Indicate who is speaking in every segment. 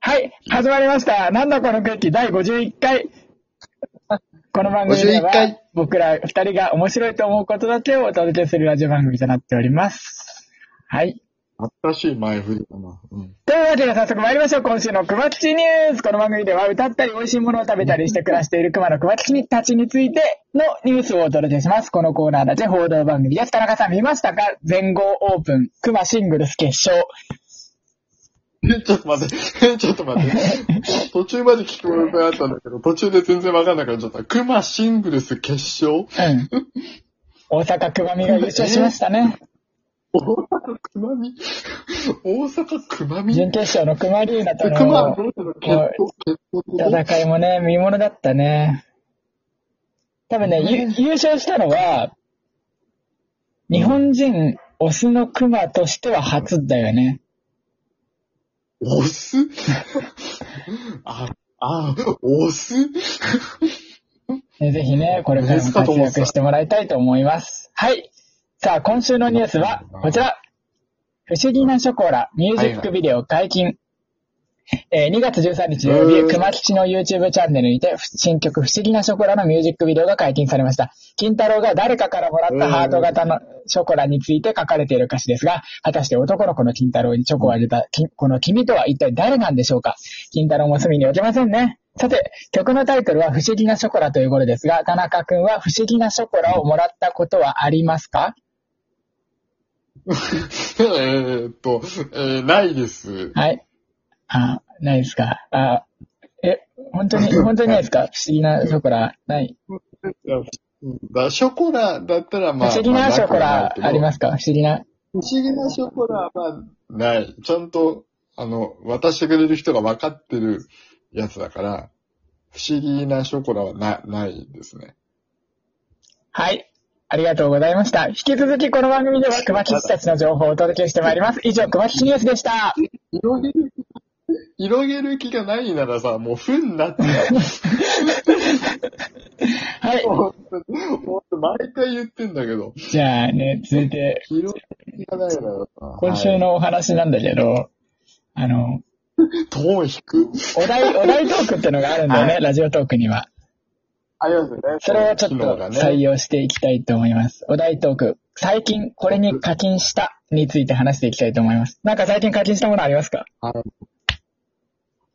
Speaker 1: はい、始まりました。なんだこの空気第51回。この番組で
Speaker 2: 51
Speaker 1: は
Speaker 2: 回
Speaker 1: 僕ら二人が面白いと思うことだけをお届けするラジオ番組となっております。はい。
Speaker 2: 新しい前振りだな。うん。
Speaker 1: というわけで早速参りましょう。今週のくまきちニュース。この番組では歌ったり美味しいものを食べたりして暮らしている熊のくまきちたちについてのニュースをお届けします。このコーナーだけ報道番組です。田中さん見ましたか全豪オープン、熊シングルス決勝。
Speaker 2: ちょっと待って、 ちょっと待 って。途中まで聞こえがあったんだけど、途中で全然わかんなくなっちゃった。クマシングルス決勝
Speaker 1: うん。大阪熊美が優勝しましたね。
Speaker 2: 大阪くまみ大阪くまみ
Speaker 1: 準決勝の熊龍奈と
Speaker 2: クマ
Speaker 1: の
Speaker 2: どうする決闘決闘って
Speaker 1: 戦いもね、見ものだったね。多分ね、ゆ優勝したのは、日本人、オスの熊としては初だよね。
Speaker 2: オス あ、あ、オス
Speaker 1: ねぜひね、これからも活躍してもらいたいと思います。はい。さあ、今週のニュースは、こちら。不思議なショコラ、ミュージックビデオ解禁。えー2月13日土曜
Speaker 2: う
Speaker 1: 日、
Speaker 2: ん
Speaker 1: 熊吉の YouTube チャンネルにて、新曲不思議なショコラのミュージックビデオが解禁されました。金太郎が誰かからもらったハート型のショコラについて書かれている歌詞ですが、果たして男の子の金太郎にチョコをあげた、きこの君とは一体誰なんでしょうか金太郎も隅に置けませんね。さて、曲のタイトルは不思議なショコラということですが、田中くんは不思議なショコラをもらったことはありますか
Speaker 2: えーっと、えー、ないです。
Speaker 1: はい。あ、ないですか。あ、え、本当に、本当にないですか不思議なショコラ、ない。
Speaker 2: いやうんだショコラだったら
Speaker 1: 不
Speaker 2: まあ。。
Speaker 1: 思議なショコラありますすか不思議な。
Speaker 2: 不思議なショコラはまあない。ちゃんと、あの、渡してくれる人が分かってるやつだから、不思議なショコラはな、ないですね。
Speaker 1: はい。ありがとうございました。引き続きこの番組では熊吉たちの情報をお届けしてまいります。以上、熊吉ニュースでした。
Speaker 2: 広げる、広げる気がないならさ、もう負になってた。
Speaker 1: はい。
Speaker 2: もうもう毎回言ってんだけど、
Speaker 1: じゃあね、続いて、
Speaker 2: 広げる気がないならさ。
Speaker 1: 今週
Speaker 2: はい。
Speaker 1: のお話なんだけど、あの、
Speaker 2: トーン引く。
Speaker 1: お題、お題トークってのがあるんだよね、
Speaker 2: は
Speaker 1: ラジオトークには。
Speaker 2: ありますよね。
Speaker 1: それをちょっと採
Speaker 2: 用。
Speaker 1: 用していきたいと思います。お題トーク、最近これに課金したについて話していきたいと思います。なんか最近課金したものありますか
Speaker 2: あの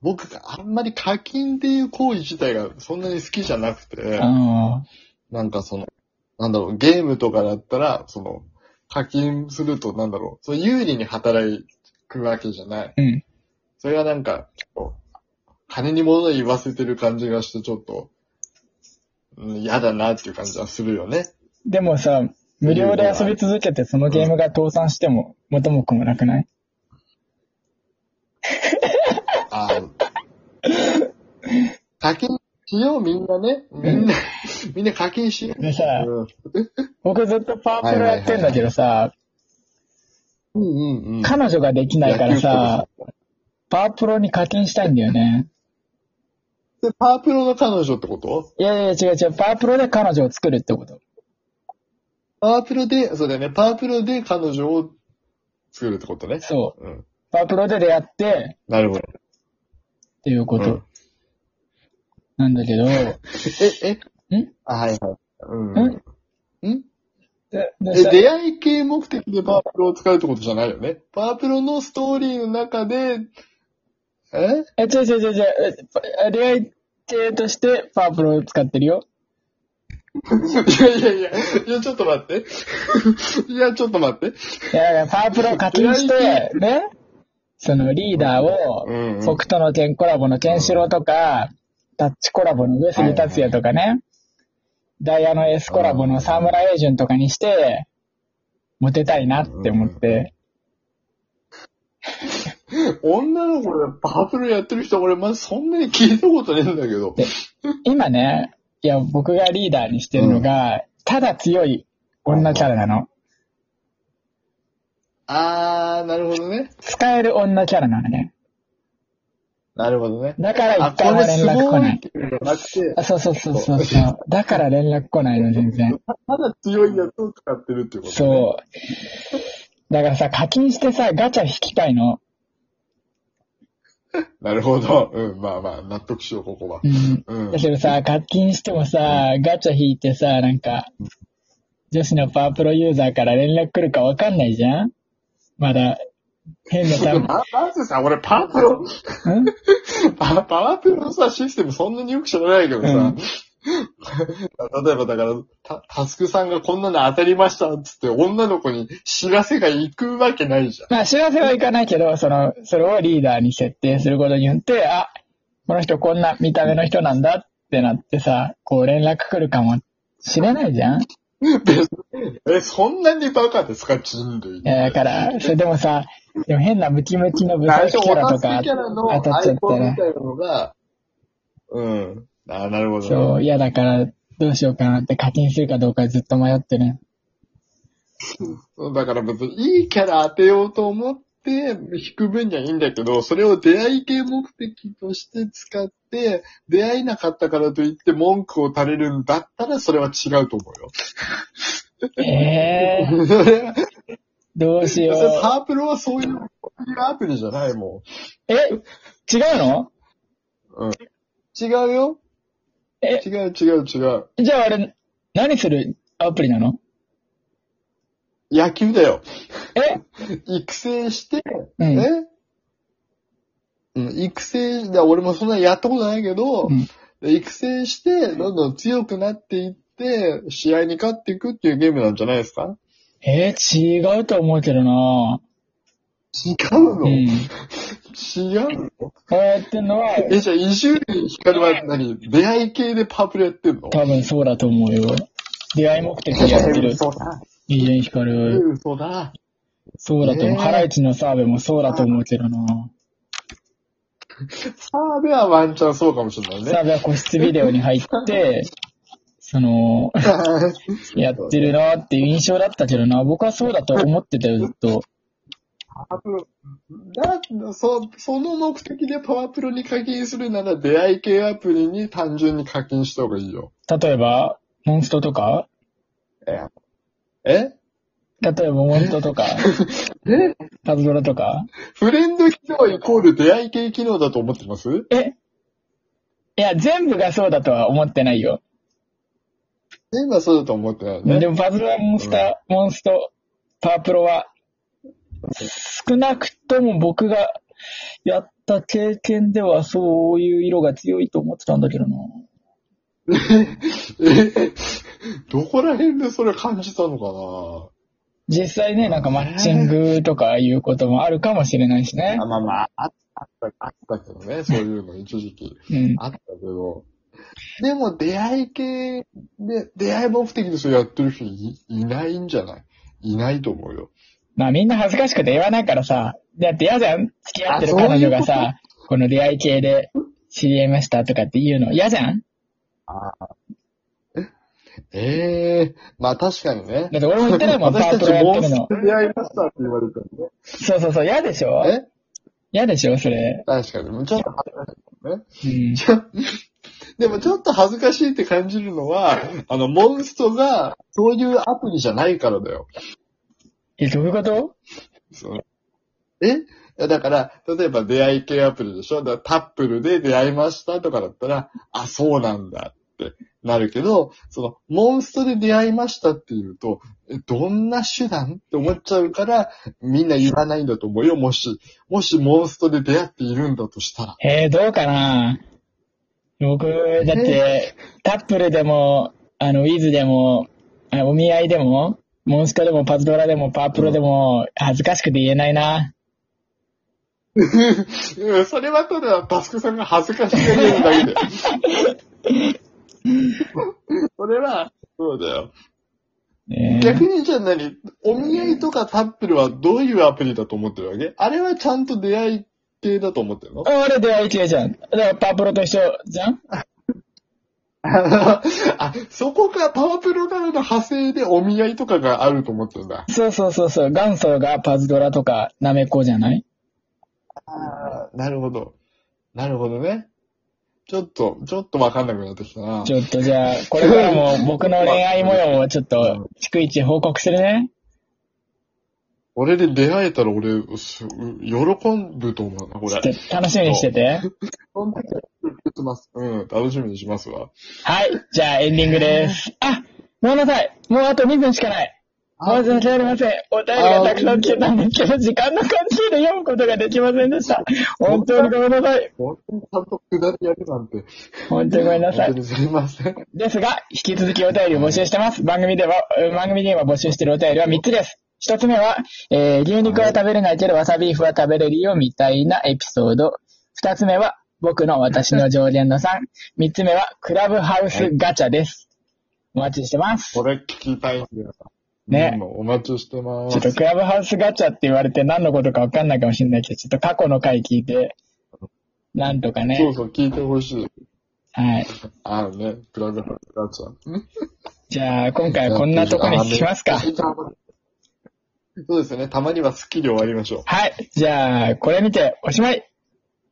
Speaker 2: 僕があんまり課金っていう行為自体がそんなに好きじゃなくて。
Speaker 1: あ
Speaker 2: なんかその、なんだろう、ゲームとかだったら、その、課金すると、なんだろう、それ有利に働くわけじゃない。
Speaker 1: ーうん。
Speaker 2: それがなんか、ちょっと金に物言わせてる感じがして、ちょっと、うん嫌だなっていう感じはするよね。
Speaker 1: でもさ、無料で遊び続けてそのゲームが倒産しても元も子もなくない
Speaker 2: あー課金しよう、みんなね。みんな、みんな課金しよう。
Speaker 1: でさ、
Speaker 2: うん
Speaker 1: 僕ずっとパワプロやってんだけどさ、
Speaker 2: うんうんうん。
Speaker 1: 彼女ができないからさ、パワプロに課金したいんだよね。
Speaker 2: で、パワープロの彼女ってこと
Speaker 1: いやいや違う違う、パワプロで彼女を作るってこと。
Speaker 2: パワープロで、そうだよね、パワープロで彼女を作るってことね。
Speaker 1: そう。
Speaker 2: うん。
Speaker 1: パワプロで出会って、
Speaker 2: なるほど。
Speaker 1: っていうこ
Speaker 2: う
Speaker 1: と
Speaker 2: ん
Speaker 1: なんだけど、
Speaker 2: え、え、
Speaker 1: ん
Speaker 2: あ、はいはい。うん
Speaker 1: ん
Speaker 2: ん
Speaker 1: でで
Speaker 2: え、
Speaker 1: さ
Speaker 2: 出会い系目的でパワープロを使うってことじゃないよね。パワープロのストーリーの中で、え
Speaker 1: え、違う違う違う違うえパえ、出会い系としてパワープロを使ってるよ。
Speaker 2: いやいやいや、いや、ちょっと待って。 いや、ちょっと待って。
Speaker 1: いや、だからパワープロを課金し
Speaker 2: 出会
Speaker 1: て、ね、そのリーダーを、
Speaker 2: うんうん
Speaker 1: 北斗の剣コラボのケンシロウとか、タッチコラボの上杉達也とかね、ダイヤのエースコラボの沢村エージュンとかにして、モテたいなって思って、
Speaker 2: 女の子でパワープロやってる人、俺、まずそんなに聞いたことねえんだけど。
Speaker 1: 今ね、いや、僕がリーダーにしてるのが、ただ強い女キャラなの。
Speaker 2: あー、なるほどね。
Speaker 1: 使える女キャラなのね。
Speaker 2: なるほどね。
Speaker 1: だから一
Speaker 2: あ、こ
Speaker 1: 回も
Speaker 2: れ
Speaker 1: 連
Speaker 2: す
Speaker 1: 絡来
Speaker 2: ご
Speaker 1: ない
Speaker 2: っ
Speaker 1: い。
Speaker 2: ていうのがなくて、
Speaker 1: あそうそうそうそうそう。だから連絡来ないの、全然。
Speaker 2: ただ強いやつを使ってるっていうこと、ね。
Speaker 1: そう。だからさ、課金してさ、ガチャ引きたいの。
Speaker 2: なるほど。うん、まあまあ、納得しよう、ここは
Speaker 1: う。ん。
Speaker 2: うん。
Speaker 1: だけどさ、課金してもさ、ガチャ引いてさ、なんか、女子のパワープロユーザーから連絡来るかわかんないじゃんまだ、変なた ん
Speaker 2: ま、まずさ、俺、パワープロ、 パパワープロのさ、システムそんなによく知らないけど
Speaker 1: う
Speaker 2: さ、例えばだから、タタスクさんがこんなの当たりましたっつって、女の子に知らせが行くわけないじゃん。
Speaker 1: まあ、幸せはいかないけど、その、それをリーダーに設定することによって、あ、この人こんな見た目の人なんだってなってさ、こう連絡来るかもしれないじゃん
Speaker 2: え、そんなにバカですか、人類。
Speaker 1: いやだから、それでもさ、でも変なムキムキのブサ
Speaker 2: 最
Speaker 1: イク
Speaker 2: 初、
Speaker 1: キャ
Speaker 2: お
Speaker 1: ラと
Speaker 2: 助
Speaker 1: か
Speaker 2: けキャラのア
Speaker 1: 当
Speaker 2: イ
Speaker 1: たっちゃっ
Speaker 2: コ
Speaker 1: た
Speaker 2: ンみ
Speaker 1: ら、
Speaker 2: たいなのが、うん。あーなるほどね、
Speaker 1: そう、嫌だからどうしようかなって課金するかどうかずっと迷ってる。
Speaker 2: そうだから別にいいキャラ当てようと思って引く分にはいいんだけど、それを出会い系目的として使って、出会えなかったからといって文句を垂れるんだったら、それは違うと思うよ。
Speaker 1: ええー、
Speaker 2: それ は
Speaker 1: どうしよう。
Speaker 2: パープロはそういうアプリじゃないも
Speaker 1: え違うの
Speaker 2: ん。違うよ。
Speaker 1: え
Speaker 2: 違う違う違う。
Speaker 1: じゃああれ、何するアプリなの
Speaker 2: 野球だよ。
Speaker 1: え
Speaker 2: 育成して、
Speaker 1: うん
Speaker 2: えうん、育成、だ俺もそんなやったことないけど、
Speaker 1: うん
Speaker 2: で育成して、どんどん強くなっていって、試合に勝っていくっていうゲームなんじゃないですか
Speaker 1: え違うと思うけどな
Speaker 2: 違うの、
Speaker 1: うん。
Speaker 2: 違
Speaker 1: え
Speaker 2: うの
Speaker 1: ーってのは、
Speaker 2: え、じゃあ、伊集院光は何出会い系でパープルやってんの
Speaker 1: 多分そうだと思うよ。出会い目的でやってる。
Speaker 2: 嘘だ。
Speaker 1: イジェンヒカル。
Speaker 2: 嘘だ。
Speaker 1: そうだと思う。
Speaker 2: えー
Speaker 1: ハライチの澤部もそうだと思うけどな
Speaker 2: 澤部はワンチャンそうかもしれないね。
Speaker 1: 澤部は個室ビデオに入って、 その、やってるなっていう印象だったけどな僕はそうだと思ってたよ、ずっと。
Speaker 2: パワプロ。だ、そ、その目的でパワープロに課金するなら出会い系アプリに単純に課金した方がいいよ。
Speaker 1: 例えば、モンストとか
Speaker 2: ええ
Speaker 1: 例えば、モンストとか、
Speaker 2: え
Speaker 1: パズドラとか
Speaker 2: フレンド機能イコール出会い系機能だと思ってます
Speaker 1: えいや、全部がそうだとは思ってないよ。
Speaker 2: 全部はそうだと思ってない
Speaker 1: で
Speaker 2: ね。
Speaker 1: も、パズドラ、モンスター、モンスト、パワープロは、少なくとも僕がやった経験ではそういう色が強いと思ってたんだけどな。
Speaker 2: え どこら辺でそれ感じたのか
Speaker 1: 実際ね、なんかマッチングとかいうこともあるかもしれないしね
Speaker 2: な。まあまあ、あった、あったけどね、そういうの一時期。
Speaker 1: うん。
Speaker 2: あったけど。でも出会い系で、出会い目的でそれやってる人いいないんじゃないいないと思うよ。
Speaker 1: まあみんな恥ずかしくて言わないからさ、だって嫌じゃん付き合ってる
Speaker 2: あそういう
Speaker 1: 彼女が
Speaker 2: こ
Speaker 1: さ、この出会い系で知り合いましたとかって言うの嫌じゃん
Speaker 2: ええまあ確かにね。
Speaker 1: だって俺も言ってないもん、パ
Speaker 2: 私
Speaker 1: ー
Speaker 2: た
Speaker 1: プ
Speaker 2: ち
Speaker 1: ロやっ
Speaker 2: モ
Speaker 1: て
Speaker 2: ン
Speaker 1: る
Speaker 2: ス
Speaker 1: の
Speaker 2: タ。ー出会いましたって言われたん
Speaker 1: そうそうそう、嫌でしょ
Speaker 2: ね。え
Speaker 1: 嫌でしょそれ。
Speaker 2: 確かに。ちょっと恥ずかしいもんね。
Speaker 1: うん。
Speaker 2: でもちょっと恥ずかしいって感じるのは、あの、モンストが、そういうアプリじゃないからだよ。
Speaker 1: え、どういうこと
Speaker 2: そのえいやだから、例えば出会い系アプリでしょだからタップルで出会いましたとかだったら、あ、そうなんだってなるけど、その、モンストで出会いましたっていうと、えどんな手段って思っちゃうから、みんな言わないんだと思うよ。もし、もしモンストで出会っているんだとしたら。
Speaker 1: えー、どうかな僕、だって、タップルでも、あの、ウィズでも、あお見合いでも、モンスカでも、パズドラでも、パープロでも、恥ずかしくて言えないな。
Speaker 2: うんそれはただ、バスクさんが恥ずかしがりるだけで。それは、そうだよ。
Speaker 1: えー
Speaker 2: 逆にじゃあ何お見合いとかタップルはどういうアプリだと思ってるわけあれはちゃんと出会い系だと思ってるの
Speaker 1: あ俺出会い系じゃん。だからパープロと一緒じゃん
Speaker 2: あ、そこか、パワープロからの派生でお見合いとかがあると思ってるんだ。
Speaker 1: そうそうそうそう。元祖がパズドラとかナメコじゃない
Speaker 2: ああ、なるほど。なるほどね。ちょっと、ちょっとわかんなくなってきたな。
Speaker 1: ちょっとじゃあ、これからも僕の恋愛模様をちょっと、逐一報告するね。
Speaker 2: 俺で出会えたら俺、す喜ぶと思うな、これ。
Speaker 1: ちょっと楽しみにしてて。
Speaker 2: そんなこと言ってます。うん、楽しみにしますわ。
Speaker 1: はい。じゃあ、エンディングです。あごめんなさい。もうあと2分しかない。申し訳ありません。お便りがたくさん来てたんですけど、時間の関係で読むことができませんでした。本当にごめんなさい。
Speaker 2: 本当にちゃんと下りやるなんて。
Speaker 1: 本当にごめんなさ
Speaker 2: 本
Speaker 1: い
Speaker 2: 当。にすいません。
Speaker 1: ですが、引き続きお便りを募集してます。番組では、えー番組では募集しているお便りは3つです。1つ目は、えー牛肉は食べれないけど、わさビーフは食べれるよみたいなエピソード。2つ目は、僕の私の常連の3。3つ目は、クラブハウスガチャです。お待ちしてます。
Speaker 2: これ聞きたいんだよな。
Speaker 1: ね
Speaker 2: うんお待ちしてま
Speaker 1: ちょっと
Speaker 2: す。
Speaker 1: クラブハウスガチャって言われて何のことかわかんないかもしれないけど、ちょっと過去の回聞いて、なんとか
Speaker 2: そう
Speaker 1: ね。
Speaker 2: そう、聞いてほしい。
Speaker 1: はい。
Speaker 2: あのね、クラブハウスガチャ。
Speaker 1: じゃあ、今回はこんなとこにしますか。
Speaker 2: そうですね、たまにはスッキリ終わりましょう。
Speaker 1: はい。じゃあ、これ見ておしまい。